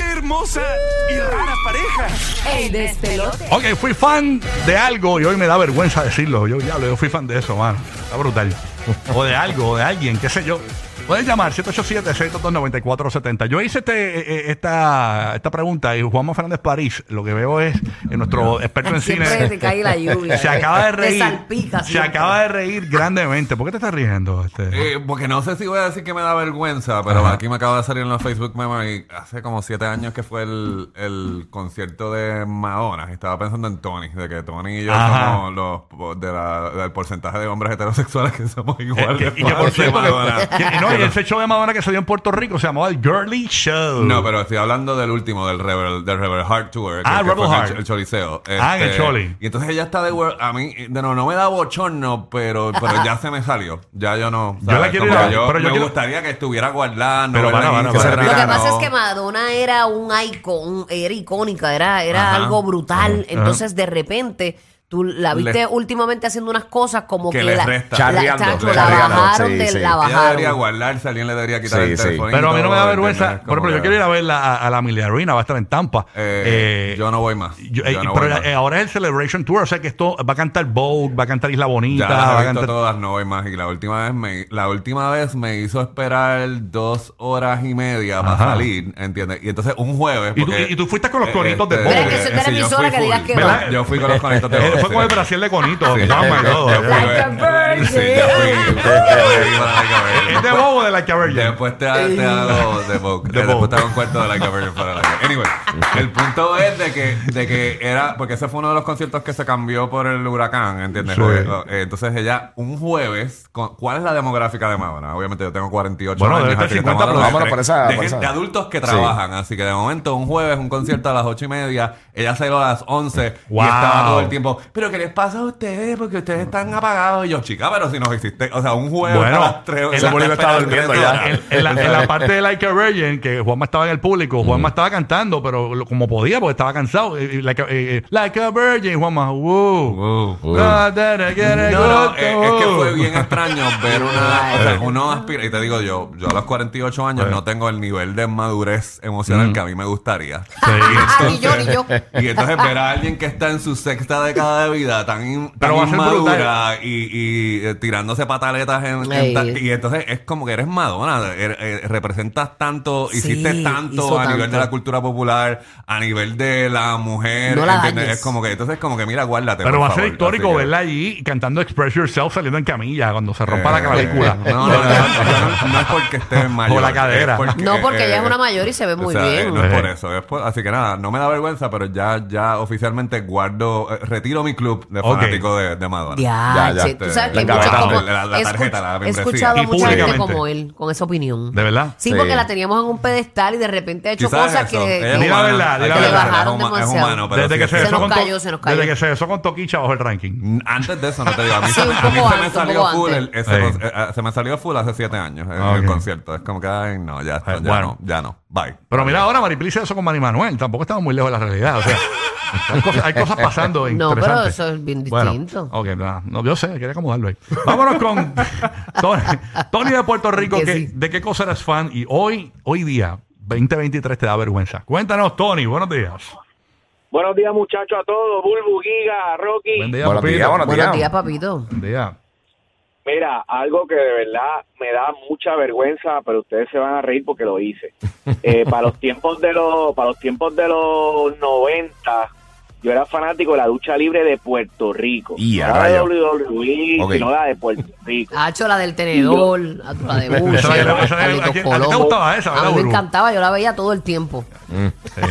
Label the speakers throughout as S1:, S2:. S1: hermosa y rara pareja.
S2: El despelote.
S3: Ok, fui fan de algo y hoy me da vergüenza decirlo. Yo ya yo fui fan de eso, mano. Está brutal. O de algo, o de alguien, qué sé yo. Puedes llamar 787-622-9470. Yo hice este, eh, eh, esta, esta pregunta y Juanma Fernández París, lo que veo es eh, nuestro experto en cine.
S2: Siempre te cae la lluvia.
S3: Se acaba de
S2: Te
S3: reír.
S2: salpica
S3: se
S2: siempre.
S3: acaba de reír grandemente. ¿Por qué te estás riendo? Este?
S4: Eh, porque no sé si voy a decir que me da vergüenza, pero
S3: Ajá.
S4: aquí me acaba de salir en los Facebook meme y hace como siete años que fue el, el concierto de Madonna. y Estaba pensando en Tony, de que Tony y yo
S3: Ajá.
S4: somos los de la- del porcentaje de hombres heterosexuales que somos
S3: Eh,
S4: iguales.
S3: que- y que por
S4: de
S3: cierto,
S4: Madonna.
S3: que- que- no, y ese show de Madonna que se dio en Puerto Rico se llamaba el Girly Show.
S4: No, pero estoy hablando del último, del Rebel, del Rebel Heart Tour. que-
S3: Ah,
S4: que
S3: Rebel
S4: fue en el
S3: Heart.
S4: cho- El Choliseo. Este,
S3: Ah, en el Choli.
S4: Y entonces ella está de... vuel- A mí, de no, no me da bochorno, pero, pero ya se me salió. Ya yo no...
S3: Yo la
S4: ¿sabes?
S3: quiero
S4: Como
S3: ir a-
S4: que yo,
S3: pero yo
S4: me
S3: quiero-
S4: gustaría que estuviera guardada, no
S3: Pero
S4: verla
S3: para,
S4: ahí,
S3: para,
S4: que se
S3: para.
S2: Lo que
S4: retirara,
S2: pasa
S4: no.
S2: es que Madonna era un icon, era icónica, era, era
S4: Ajá.
S2: algo brutal. Entonces, de repente, tú la viste
S4: Le-
S2: últimamente haciendo unas cosas como
S4: Que
S2: que,
S4: les
S2: la, la-
S4: resta.
S5: Charreando,
S2: chacho,
S4: les
S2: la
S4: resta.
S2: bajaron
S5: Sí,
S2: de
S5: sí.
S2: la
S5: Ella
S4: Ella
S2: bajaron.
S4: debería guardarse, alguien le debería quitar
S5: Sí,
S4: el
S5: sí.
S4: teléfono.
S3: Pero a mí no me da vergüenza. Por ejemplo, yo quiero ir a verla a, a la Millie Arena, va a estar en Tampa. Eh,
S4: yo no voy más.
S3: Yo, eh,
S4: Yo no
S3: pero
S4: voy más.
S3: eh, ahora es el Celebration Tour, o sea que esto va a cantar Vogue, va a cantar Isla Bonita,
S4: Ya
S3: va
S4: las
S3: a
S4: he visto
S3: cantar.
S4: todas, no voy más. Y la última vez me, la última vez me hizo esperar dos horas y media
S3: Ajá.
S4: para salir, ¿entiendes? Y entonces un jueves.
S3: Y tú-
S4: porque,
S3: y- y tú fuiste con los
S4: eh,
S3: conitos de
S2: Mira que eso es de la
S4: yo
S2: emisora
S4: fui
S2: que digas
S4: full.
S2: que
S3: ¿Verdad?
S2: va.
S4: Yo fui con los conitos de
S3: Eh,
S4: voz.
S3: fue con el Brasil de Conito,
S4: este, Sí. Eh,
S3: Obama y todo.
S4: Yo fui-
S2: Like a virgin.
S4: Sí, yo fui- yo fui para la cabeza.
S3: Es de Bobo de la Cabernet.
S4: Después te, te hago de Vogue.
S3: Eh. De
S4: Después
S3: Vogue.
S4: te hago un cuarto de la Gabriel para la Anyway, el punto es de que, de que era, porque ese fue uno de los conciertos que se cambió por el huracán, ¿entiendes?
S3: Sí.
S4: Porque, eh, Entonces ella, un jueves, con- ¿cuál es la demográfica de Madonna? Obviamente yo tengo 48
S3: Bueno,
S4: años.
S3: debe estar
S4: así que estamos
S3: 50
S4: hablando de
S5: Vámonos
S4: tres-
S5: por esa-
S4: de
S5: por
S4: gente-
S5: esa.
S4: de adultos que
S5: Sí.
S4: trabajan, así que de momento un jueves, un concierto a las 8 y media, ella salió a las 11
S3: Wow.
S4: y estaba todo el tiempo, pero ¿qué les pasa a ustedes? Porque ustedes están apagados. Y yo, chica, pero si nos hiciste, o sea, un jueves
S3: Bueno,
S4: a las 3
S3: el
S4: o sea,
S5: público
S4: te esperas
S5: estaba durmiendo
S4: tres
S5: ya.
S4: horas.
S3: En, en la, en la parte de Like a Virgin, que Juanma estaba en el público, Juanma estaba cantando, pero lo- como podía, porque estaba cansado. Eh, eh, Like a, eh, eh, like a Virgin, Juanma, wow.
S4: Wow.
S3: Ah, that I get a
S4: No, no,
S3: good
S4: eh, es que fue
S3: to-
S4: bien extraño ver una. O sea, uno aspira. Y te digo yo, yo a los 48 años no tengo el nivel de madurez emocional que a mí me gustaría.
S2: Ah, ni yo, ni yo.
S4: Y entonces ver a alguien que está en su sexta década de vida tan, in- tan
S3: Pero va a ser
S4: inmadura
S3: brutal.
S4: y, y, eh, tirándose pataletas en, en
S2: Ey.
S4: ta- y entonces es como que eres Madonna, er- er- representas tanto,
S2: Sí,
S4: hiciste tanto
S2: hizo
S4: a nivel
S2: tanto.
S4: de la cultura popular, a nivel de la mujer,
S2: No la
S4: ¿entiendes?
S2: dañes.
S4: es como que entonces es como que mira, guárdate.
S3: Pero
S4: por
S3: va a ser
S4: favor.
S3: histórico
S4: Así que-
S3: verla allí cantando Express Yourself saliendo en camilla cuando se rompa
S4: Eh,
S3: la clavícula.
S4: No, no, no, no, no es porque esté mayor.
S3: O la cadera.
S4: es porque,
S2: No, porque ella es
S4: eh,
S2: una mayor y se ve
S4: o
S2: muy
S4: sea, eh,
S2: bien.
S4: No es por
S3: Sí.
S4: eso. es por- así que nada, no me da vergüenza, pero ya, ya oficialmente guardo, eh, retiro mi club de
S3: Ok.
S4: fanático de, de Madonna.
S2: Ya,
S5: Ya, ya,
S2: tú
S4: te-
S2: sabes que
S4: la
S2: hay muchos
S4: tarjeta,
S2: como...
S4: la- la
S2: he
S4: tarjeta,
S2: escuch-
S4: la
S2: He
S4: membresía.
S2: escuchado a
S3: Y
S2: mucha gente
S3: públicamente.
S2: como él, con esa opinión.
S3: ¿De verdad?
S2: Sí,
S5: Sí.
S2: porque la teníamos en un pedestal y de repente ha hecho
S4: Quizás
S2: cosas
S4: eso.
S2: que...
S4: Ella es
S3: Di la
S4: humana,
S3: verdad, di
S4: hay
S3: la
S4: que
S3: verdad.
S4: bajarla,
S2: Bajaron
S4: es huma- Es
S2: demasiado.
S4: humano, pero
S3: Desde
S4: sí
S3: que
S4: es
S3: se,
S2: Se
S3: besó
S2: nos
S3: con
S2: cayó,
S3: To-
S2: se nos cayó.
S3: Desde que se besó con Toquicha bajo el ranking.
S4: Antes de eso, no te digo. A mí,
S2: Sí,
S4: se,
S2: un
S4: me- a
S2: poco
S4: mí se me
S2: antes, un
S4: salió
S2: poco
S4: full. el-
S3: Sí.
S4: ese, con- eh, eh, se me salió full hace siete años en
S3: Ok.
S4: el concierto. Es como que, ay, no, ya, está,
S3: Eh,
S4: ya
S3: bueno.
S4: no, ya no. Bye.
S3: Pero mira, ahora Maripili hizo eso con Mari Manuel. Tampoco estamos muy lejos de la realidad. O sea, hay, cosas, hay cosas pasando
S2: No,
S3: interesantes.
S2: pero eso es bien
S3: Bueno,
S2: distinto.
S3: ok, nada. no, yo sé, quería acomodarlo ahí. Vámonos con Tony, Tony de Puerto Rico.
S2: Que
S3: que-
S2: sí.
S3: ¿De qué cosa eres fan? Y hoy, hoy día, 2023, te da vergüenza. Cuéntanos, Tony. Buenos días.
S6: Buenos días, muchachos, a todos. Bulbu, Giga, Rocky.
S3: Buen día,
S5: Buenos
S3: papito.
S5: días, buenos
S2: Buenos días,
S5: días.
S2: papito.
S3: Buen día.
S6: Mira, algo que de verdad me da mucha vergüenza, pero ustedes se van a reír porque lo hice. Eh, para los tiempos de los para los tiempos de los 90, yo era fanático de la lucha libre de Puerto Rico.
S5: Y a
S6: no la de
S5: rayo.
S6: WWE,
S5: Ok.
S6: E, sino la de Puerto Rico.
S2: Ha hecho la del tenedor, a tu- la de Bush,
S3: Esa era- esa era-
S2: Carlitos
S3: ¿a quién- a ti te
S2: Colón.
S3: gustaba esa,
S2: A
S3: verdad,
S2: mí me
S3: Buru?
S2: encantaba, yo la veía todo el tiempo.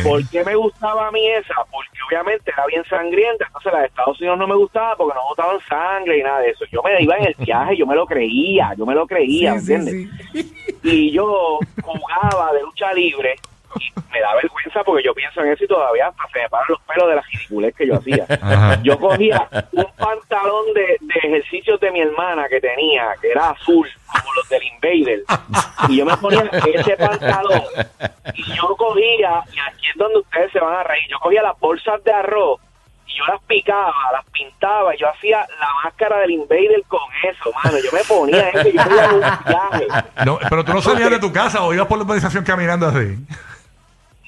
S6: ¿Por qué me gustaba a mí esa? Porque obviamente era bien sangrienta, entonces la de Estados Unidos no me gustaba porque no botaban sangre y nada de eso. Yo me iba en el viaje, yo me lo creía, yo me lo creía, ¿entiendes? Y yo jugaba de lucha libre y me da vergüenza porque yo pienso en eso y todavía hasta se me paran los pelos de las ridiculez que yo hacía.
S3: Ajá.
S6: Yo cogía un pantalón de, de ejercicios de mi hermana que tenía, que era azul, como los del Invader. Y yo me ponía ese pantalón. Y yo cogía, y aquí es donde ustedes se van a reír, yo cogía las bolsas de arroz y yo las picaba, las pintaba, y yo hacía la máscara del Invader con eso, mano. Yo me ponía eso y yo me iba a un viaje.
S3: No, pero tú no salías de tu casa o ibas por la urbanización caminando así.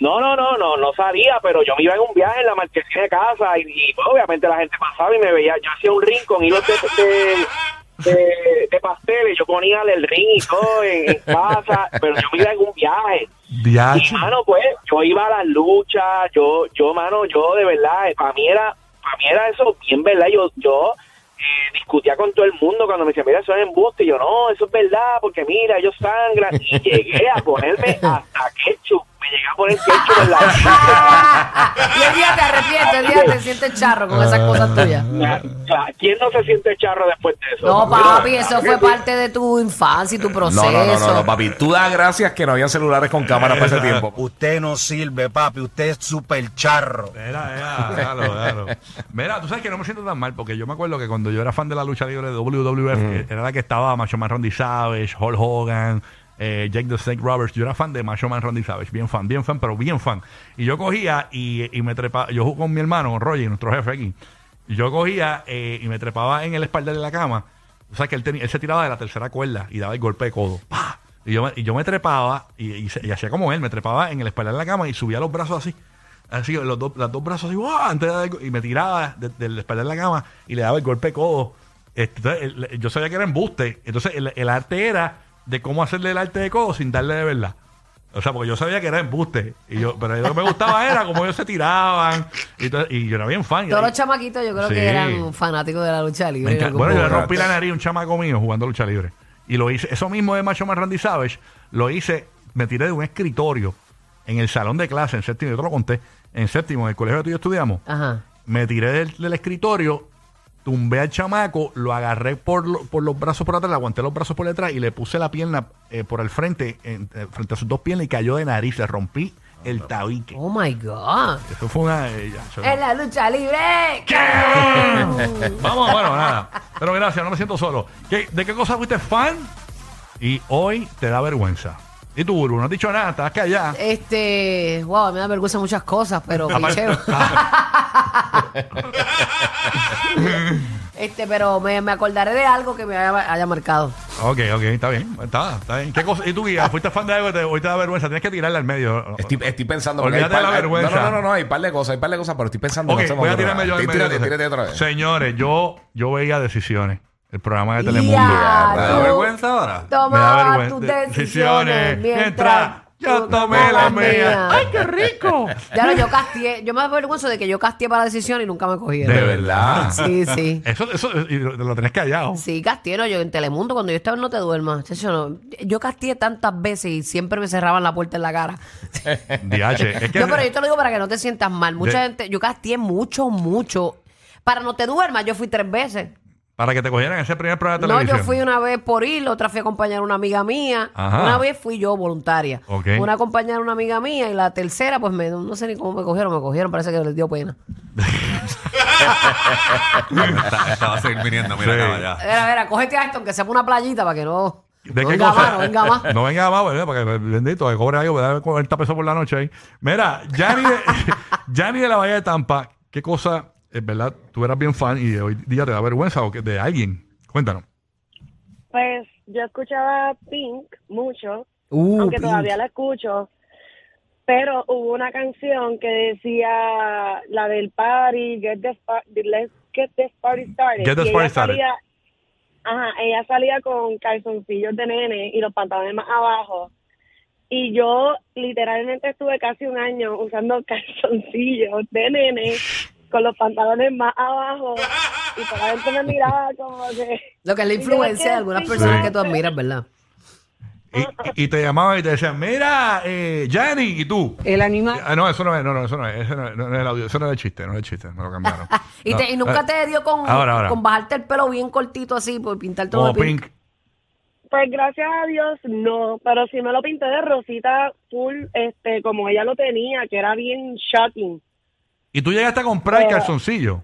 S6: No, no, no, no, no salía, pero yo me iba en un viaje en la marquesina de casa y, y, pues, obviamente la gente pasaba y me veía, yo hacía un ring con hilos de, de, de- de pasteles, yo ponía el ring y todo en, en casa, pero yo me iba en un viaje. Y
S3: Diache.
S6: mano, pues, yo iba a las luchas, yo, yo, mano, yo de verdad, para mí era, para mí era eso bien verdad, yo, yo eh, discutía con todo el mundo cuando me decían, mira, eso es embuste, y yo, no, eso es verdad, porque mira, ellos sangran, y llegué a ponerme hasta ketchup, me llegué a poner ketchup en la
S2: y el día te arrepientes, el día te sientes charro con esas
S3: Ah.
S2: cosas tuyas.
S6: Claro, ¿Quién no se siente charro después de eso?
S2: No, papi,
S6: Mira,
S2: eso fue parte de tu infancia y tu
S5: No,
S2: proceso.
S5: no, no, no, no, papi. Tú das gracias que no había celulares con cámara para ese tiempo.
S7: Usted no sirve, papi. Usted es súper charro.
S3: Era, era, claro, claro. Mira, tú sabes que no me siento tan mal, porque yo me acuerdo que cuando yo era fan de la lucha libre de WWF, que era la que estaba Macho Man Randy Savage, Hulk Hogan, eh, Jake the Snake Roberts, yo era fan de Macho Man Randy Savage, bien fan, bien fan, pero bien fan. Y yo cogía y, y me trepaba, yo jugué con mi hermano, con Roger, nuestro jefe aquí, y yo cogía eh, y me trepaba en el espalda de la cama, o sea que él, tenía- él se tiraba de la tercera cuerda y daba el golpe de codo. ¡Pah! Y yo, me, y yo me trepaba y, y se- y hacía como él, me trepaba en el espalda de la cama y subía los brazos así. Así, los dos, las dos brazos así, ¡guau! Antes de dar el go- y me tiraba de- del espalda de la cama y le daba el golpe de codo. Este, entonces, el- el- yo sabía que era embuste. Entonces, el, el arte era de cómo hacerle el arte de codo sin darle de verdad. O sea, porque yo sabía que era embuste. Y yo, pero lo que me gustaba era cómo ellos se tiraban. Y, to- y yo era bien fan.
S2: Todos los
S3: Y-
S2: chamaquitos yo creo
S3: Sí.
S2: que eran fanáticos de la lucha
S3: me
S2: libre. en
S3: encanta.
S2: algún
S3: Bueno, yo le
S2: momento.
S3: rompí la nariz a un chamaco mío jugando lucha libre. Y lo hice, eso mismo de Macho Man Randy Savage, lo hice, me tiré de un escritorio en el salón de clase, en séptimo, yo te lo conté, en séptimo, en el colegio que tú y yo estudiamos.
S2: Ajá.
S3: Me tiré del, del escritorio, tumbé al chamaco, lo agarré por, lo- por los brazos por atrás, le aguanté los brazos por detrás y le puse la pierna eh, por el frente, en- eh, frente a sus dos piernas y cayó de nariz, le rompí el tabique.
S2: Oh my God.
S3: Eso fue una... eh, ya, eso-
S2: ¡Es la lucha libre!
S3: Vamos, bueno, nada. Pero gracias, no me siento solo. ¿Qué- ¿De qué cosa fuiste fan? Y hoy te da vergüenza. Y tú, Buru, no has dicho nada, estás callada.
S2: Este, wow, me da vergüenza muchas cosas, pero picheo.
S3: Ah.
S2: este, pero me, me acordaré de algo que me haya, haya marcado.
S3: Ok, ok, está bien. Está, está bien. ¿Qué cosa? ¿Y tú, guía? ¿Fuiste fan de algo que te- hoy te da vergüenza? Tienes que tirarle al medio.
S5: Estoy, estoy pensando. porque
S3: Olvídate
S5: hay
S3: de la
S5: par-
S3: vergüenza.
S5: No, no, no, no, hay par de cosas, hay par de cosas, pero estoy pensando.
S3: Ok,
S5: no se me
S3: voy a
S5: ocurre
S3: tirarme
S5: nada.
S3: yo al
S5: Tí-
S3: medio.
S5: Tírate,
S3: entonces.
S5: tírate otra vez.
S3: Señores, yo, yo veía Decisiones, el programa de Telemundo.
S2: Ya,
S5: ¿Te da
S2: tú
S4: vergüenza ahora?
S3: Me da
S2: Tomaba
S3: vergüenza.
S2: tus
S3: De-
S2: decisiones mientras
S3: yo
S2: tú
S3: tomé la
S2: tomabas
S3: mía. ¡Ay, qué rico!
S2: Ya no, yo castié. Yo me avergüenzo de que yo castié para la decisión y nunca me cogieron.
S5: De verdad.
S2: Sí, sí.
S3: Eso, eso, y lo, lo tenés callado.
S2: Sí, castié, no, yo en Telemundo, cuando yo estaba en No Te Duermas, chacho, no. yo castié tantas veces y siempre me cerraban la puerta en la cara.
S3: DH. Es que
S2: No, pero yo te lo digo para que no te sientas mal. Mucha
S3: De-
S2: gente, yo castié mucho, mucho. Para No Te Duermas, yo fui tres veces.
S3: Para que te cogieran ese primer programa de
S2: No,
S3: televisión.
S2: yo fui una vez por ir, otra fui a acompañar a una amiga mía.
S3: Ajá.
S2: Una vez fui yo voluntaria.
S3: Ok.
S2: Una a acompañar a una amiga mía y la tercera, pues me, no sé ni cómo me cogieron, me cogieron, parece que les dio pena.
S4: Esta, esta va a seguir viniendo, mira,
S3: Sí.
S4: acaba ya.
S2: Era, era, cógete a esto, aunque sea por una playita para que no.
S3: ¿De
S2: no
S3: qué
S2: venga
S3: cosa?
S2: más, no venga más.
S3: No venga más, ¿verdad? Porque bendito, que cobre algo, me da 40 pesos por la noche ahí. Mira, Yanni de, Yanni de la Bahía de Tampa, ¿qué cosa, es verdad, tú eras bien fan y hoy día te da vergüenza o que de alguien? Cuéntanos.
S8: Pues yo escuchaba Pink mucho,
S2: Uh,
S8: aunque
S2: Pink.
S8: todavía la escucho, pero hubo una canción que decía la del party, get this, par- let's get this party started.
S3: Get this
S8: y
S3: party
S8: ella
S3: started.
S8: Salía, ajá, ella salía con calzoncillos de nene y los pantalones más abajo. Y yo literalmente estuve casi un año usando calzoncillos de nene con los pantalones más abajo y toda la gente me miraba como que...
S2: Lo que es la influencia de algunas personas que tú admiras, ¿verdad?
S3: Y, y- y te llamaban y te decían, mira, eh, Yanni, ¿y tú?
S9: El animal.
S3: Ah, no, eso no es, no, no, eso no es, eso no, es- no es el audio, eso no es el chiste, no es el chiste, me lo cambiaron. Ah,
S2: Y, te- y nunca te dio con,
S3: eh, Ahora, ahora.
S2: con bajarte el pelo bien cortito así, por pintar todo
S3: Como
S2: de pink.
S3: Pink.
S8: Pues gracias a Dios no, pero sí me lo pinté de rosita full, este, como ella lo tenía, que era bien shocking.
S3: Y tú llegaste a comprar
S8: Eh,
S3: calzoncillo.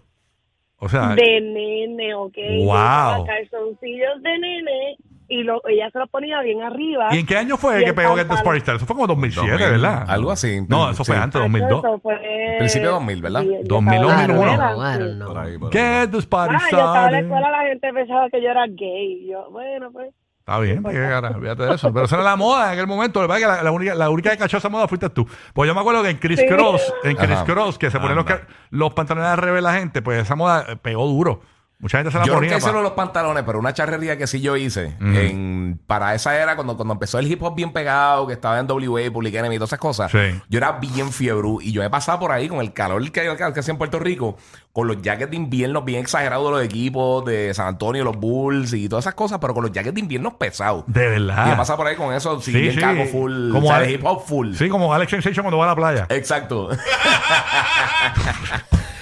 S3: O sea,
S8: De nene, ok. Yo
S3: Wow.
S8: usaba Calzoncillos de nene y lo, ella se los ponía bien arriba.
S3: ¿Y en qué año fue
S8: Y
S3: que
S8: el
S3: pegó Get the
S8: pantalón.
S3: Party Star? Eso fue como 2007,
S4: 2000,
S3: ¿verdad?
S5: algo así.
S3: No, eso fue
S5: Sí.
S3: antes, 2002.
S8: Eso fue-
S5: Principio de 2000, ¿verdad?
S8: Sí, yo
S3: 2000,
S8: estaba en la
S3: 2001.
S8: escuela,
S2: Bueno,
S8: sí.
S2: no.
S4: Por ahí, por ahí.
S3: Get the Party
S8: Ah, yo estaba en la
S3: Started.
S8: escuela, la gente pensaba que yo era gay. Yo, bueno, pues.
S3: Está bien, qué cara, fíjate de eso. Pero esa era la moda en aquel momento. Lo que pasa es que La, la única, la única que cachó esa moda fuiste tú. Pues yo me acuerdo que en Chris Cross, en Chris
S5: Ajá.
S3: Cross, que se ponían los, ca- los pantalones al revés la gente, pues esa moda eh, pegó duro. Mucha gente se la
S5: Yo
S3: ponía.
S5: nunca hice
S3: pa-
S5: lo de los pantalones, pero una charrería que sí yo hice en- para esa era, cuando, cuando empezó el hip hop bien pegado, que estaba en WA, Public Enemy y todas esas cosas,
S3: Sí.
S5: yo era bien fiebre y yo he pasado por ahí con el calor que, que hacía en Puerto Rico, con los jackets de invierno bien exagerados de los equipos de San Antonio, los Bulls y todas esas cosas, pero con los jackets de invierno pesados.
S3: De
S5: Y he
S3: verdad.
S5: pasado por ahí con eso, sí, bien caco full,
S3: Ah. Como
S5: o sea, de
S3: Ale-
S5: hip hop full.
S3: Sí, como Alex Sensation cuando va a la playa.
S5: Exacto.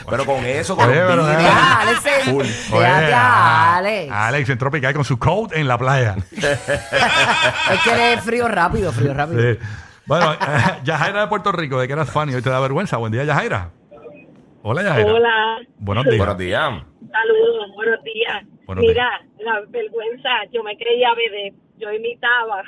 S5: pero con eso, con
S3: Oye,
S5: los
S3: pero-
S5: beanies,
S2: Ya, Alex, eh,
S5: full.
S3: Oye,
S2: fíjate a
S3: ah,
S2: Alex.
S3: Alex en Tropical con su coat en la playa.
S2: Es que eres frío rápido, frío rápido.
S3: Sí. Bueno, eh, Yajaira de Puerto Rico, de que eras fan y hoy te da vergüenza. Buen día, Yajaira. Hola, Yajaira.
S8: Hola,
S3: Buenos días.
S5: Buenos días.
S8: saludos, buenos días.
S3: Buenos
S8: Mira, la vergüenza, yo me creía bebé, yo imitaba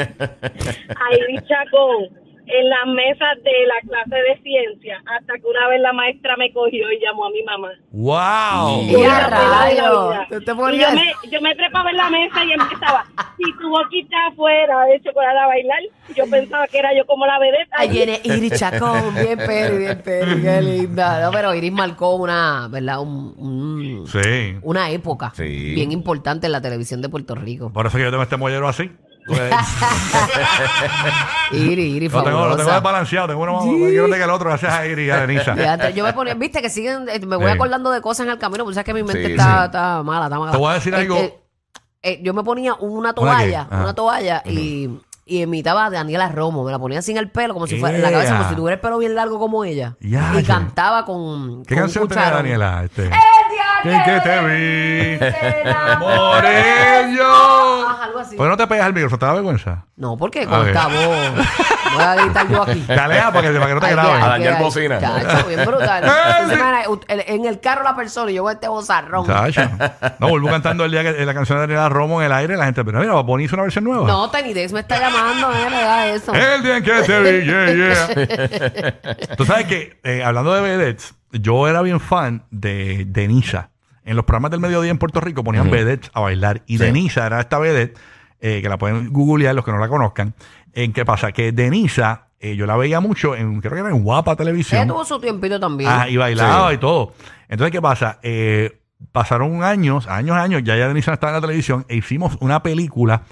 S8: a Iris Chacón en las mesas de la clase de ciencia, hasta que una vez la maestra me cogió y llamó a mi mamá.
S3: ¡Wow!
S2: Y a
S8: Hola,
S2: rayo.
S8: hola.
S2: Te- te
S8: Y
S2: ponías-
S8: yo, me, yo me trepaba en la mesa y empezaba, si tu boquita fuera de chocolate a bailar, yo pensaba que era yo como la vedeta.
S2: Ahí viene Iris Chacón, bien peri, bien peri, qué linda. No, pero Iris marcó una, ¿verdad? Un- un-
S3: Sí.
S2: una época
S5: Sí.
S2: bien importante en la televisión de Puerto Rico.
S3: Por eso que yo tengo este mollero así.
S2: Iris, Iris,
S3: Lo tengo, lo tengo
S2: fabulosa.
S3: desbalanceado. Tengo uno más más grande que el otro, gracias a Iri y a Denisa. Te
S2: Fíjate, Yo me ponía, viste que siguen, eh, me voy
S3: Sí.
S2: acordando de cosas en el camino, porque sabes que mi mente
S5: Sí,
S2: está,
S5: sí.
S2: está mala, está mala.
S3: voy a decir
S2: Eh,
S3: algo.
S2: eh, eh, yo me ponía una toalla,
S3: qué? Ah.
S2: una,
S3: Ajá.
S2: toalla y, y imitaba a Daniela Romo, me la ponía sin el pelo, como si fuera en la
S3: Yeah.
S2: cabeza, como si tuviera el pelo bien largo como ella.
S3: Ya,
S2: y
S3: ya.
S2: cantaba con
S3: ¿Qué
S2: con
S3: canción tenía
S2: cucharón.
S3: Daniela?
S2: Eh,
S3: Este?
S2: El día
S3: ¿Qué- qué te vi? ¡Morello!
S2: Ajá, algo así.
S3: ¿Por qué no te pegas al micrófono? ¿Te da vergüenza?
S2: No, porque con
S3: Ok.
S2: esta voz voy a gritar yo aquí.
S3: Te alejas para que, para que no te
S2: Ay,
S3: graben.
S2: ay,
S5: A dañar
S2: ay,
S5: bocina.
S2: chacho, bien brutal.
S3: Eh,
S2: Tú
S3: sí.
S2: te imaginas, ut- el- en el carro la persona y yo con este bozarrón.
S3: Chacho. No, vuelvo cantando el día que la canción de Daniela Romo en el aire. La gente, pero mira, Bonnie hizo una versión nueva.
S2: No, Tenidex me está llamando, eh, le da eso.
S3: El día en que te vi, yeah, yeah. Tú sabes que, eh, hablando de vedettes, yo era bien fan de Denisa. En los programas del mediodía en Puerto Rico ponían vedettes a bailar. Y Denisa era esta vedette, eh, que la pueden googlear los que no la conozcan. ¿En qué pasa? Que Denisa, eh, yo la veía mucho, en, creo que era en Guapa
S2: Ella
S3: Televisión.
S2: tuvo su tiempito también.
S3: Ah, y bailaba
S5: Sí.
S3: y todo. Entonces, ¿qué pasa? Eh, pasaron años, años, años, ya ya Denisa estaba en la televisión e hicimos una película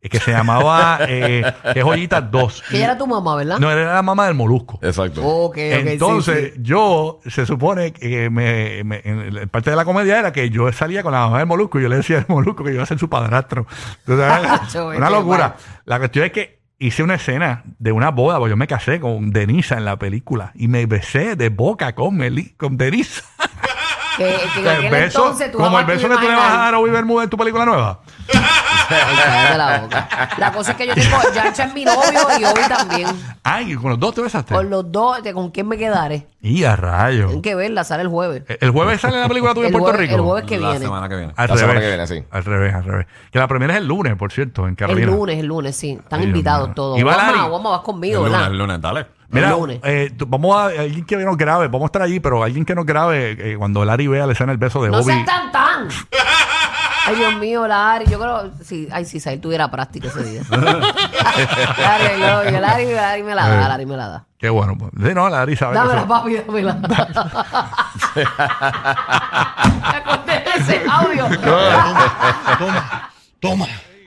S3: eh, que se llamaba eh, Que Joyitas 2.
S2: que ella era tu mamá, ¿verdad?
S3: No, era la mamá del molusco.
S5: Exacto.
S2: Eh, Ok, ok, sí,
S3: Entonces,
S2: sí.
S3: yo se supone que me, me- en la parte de la comedia era que yo salía con la mamá del molusco y yo le decía al molusco que iba a ser su padrastro. Entonces,
S2: Chacho,
S3: una
S2: qué
S3: locura.
S2: mal.
S3: La cuestión es que hice una escena de una boda, porque yo me casé con Denisa en la película y me besé de boca con, Meli- con Denisa.
S2: Que, que en
S3: O sea,
S2: aquel
S3: beso-
S2: entonces tú
S3: como el
S2: jamás te
S3: beso que tú le vas a
S2: imaginas-
S3: dar a Obi Bermúdez en tu película nueva.
S2: Ay, cállate la boca. La cosa es que yo tengo, Yancha es mi novio y Obi también.
S3: Ay, con los dos te besaste.
S2: Con los dos, de- ¿con quién me quedaré?
S3: Y a rayo.
S2: Hay que verla, sale el jueves.
S3: El jueves sale la película tuya en
S2: El
S3: Puerto
S2: jueves-
S3: Rico.
S2: el jueves que
S4: la
S2: viene.
S4: semana que viene.
S3: Al
S5: La semana
S3: revés.
S5: que viene, sí.
S3: Al revés, al revés. Que la primera es el lunes, por cierto, en Carolina.
S2: El lunes, el lunes, sí. Están
S3: Ay, Dios
S2: invitados
S3: mío.
S2: todos.
S3: Y va
S2: Guama,
S3: Lari.
S2: Guama, vas
S4: El
S2: conmigo,
S4: lunes,
S2: ¿verdad?
S4: el lunes, dale.
S3: Mira,
S2: el lunes.
S3: eh, tú- vamos a alguien que nos grabe, vamos a estar allí, pero alguien que nos grabe eh, cuando Larry vea le escena el beso de
S2: No
S3: Pues, Bobby.
S2: seas tan tan. Ay, Dios mío, Lari. Yo creo. Sí, ay, si Sael tuviera práctica ese día. Lari, lo- yo, Lari, Lari me la
S3: Eh.
S2: da, Lari me la da.
S3: Qué bueno. pues. Sí, no, Larry sabe. que
S2: Dámela,
S3: se-
S2: papi, dámela. Me acordé de ese audio.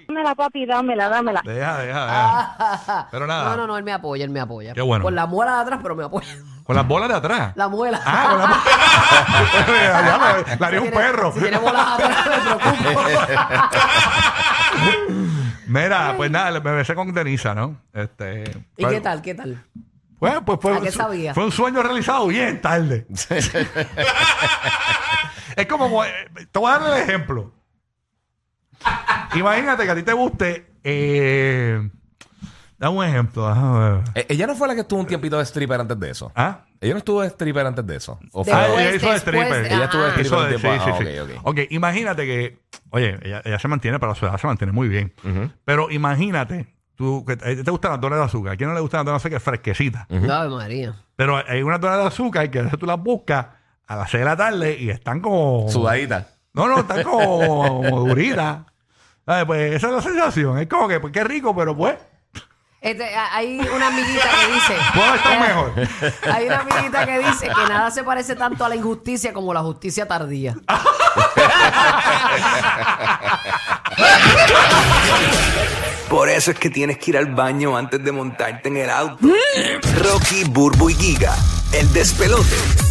S8: Dámela, papi, dámela, dámela.
S3: Deja, deja,
S2: Ah.
S3: deja. Pero nada.
S2: No, no, no, él me apoya, él me apoya.
S3: Qué bueno.
S2: Con la muela de atrás, pero me apoya.
S3: Con las bolas de atrás.
S2: La muela.
S3: Ah, con las bolas. Larry es un
S2: tiene-
S3: perro.
S2: Si tiene bolas atrás, me preocupo.
S3: Mira, pues nada, me besé con Denisa, ¿no? Este,
S2: ¿Y qué tal? ¿Qué tal?
S3: Bueno, pues fue,
S2: ¿A
S3: un
S2: qué
S3: su-
S2: Ah, sabía?
S3: fue un sueño realizado bien tarde. es como, eh, te voy a dar el ejemplo. Imagínate que a ti te guste, eh, dame un ejemplo. déjame ver.
S5: Eh, Ella no fue la que estuvo un tiempito de stripper antes de eso.
S3: ¿Ah?
S5: Ella no estuvo de stripper antes de eso. O
S3: Ah,
S5: fue-
S2: Después,
S3: ella hizo de
S2: después,
S3: stripper.
S5: Ella estuvo de
S2: ajá.
S5: stripper.
S3: Hizo
S5: un
S3: de- sí,
S5: tiempo.
S3: sí,
S5: Ah,
S3: sí.
S5: ok, ok.
S3: Ok, imagínate que, oye, ella, ella se mantiene, para su edad se mantiene muy bien. Pero imagínate, tú, que te te gustan las donas de azúcar. ¿A quién no le gustan las donas de azúcar frasquecitas?
S2: Ave María.
S3: Pero hay unas donas de azúcar que a veces tú las buscas a las 6 de la tarde y están como...
S5: Sudadita.
S3: No, no, están como, como duritas. Ay, pues esa es la sensación. Es como que, pues qué rico, pero pues,
S2: Este, a- hay una amiguita que dice. eh,
S3: puedo estar mejor.
S2: Hay una amiguita que dice que nada se parece tanto a la injusticia como la justicia tardía.
S9: Por eso es que tienes que ir al baño antes de montarte en el auto. Rocky, Burbu y Giga, el despelote.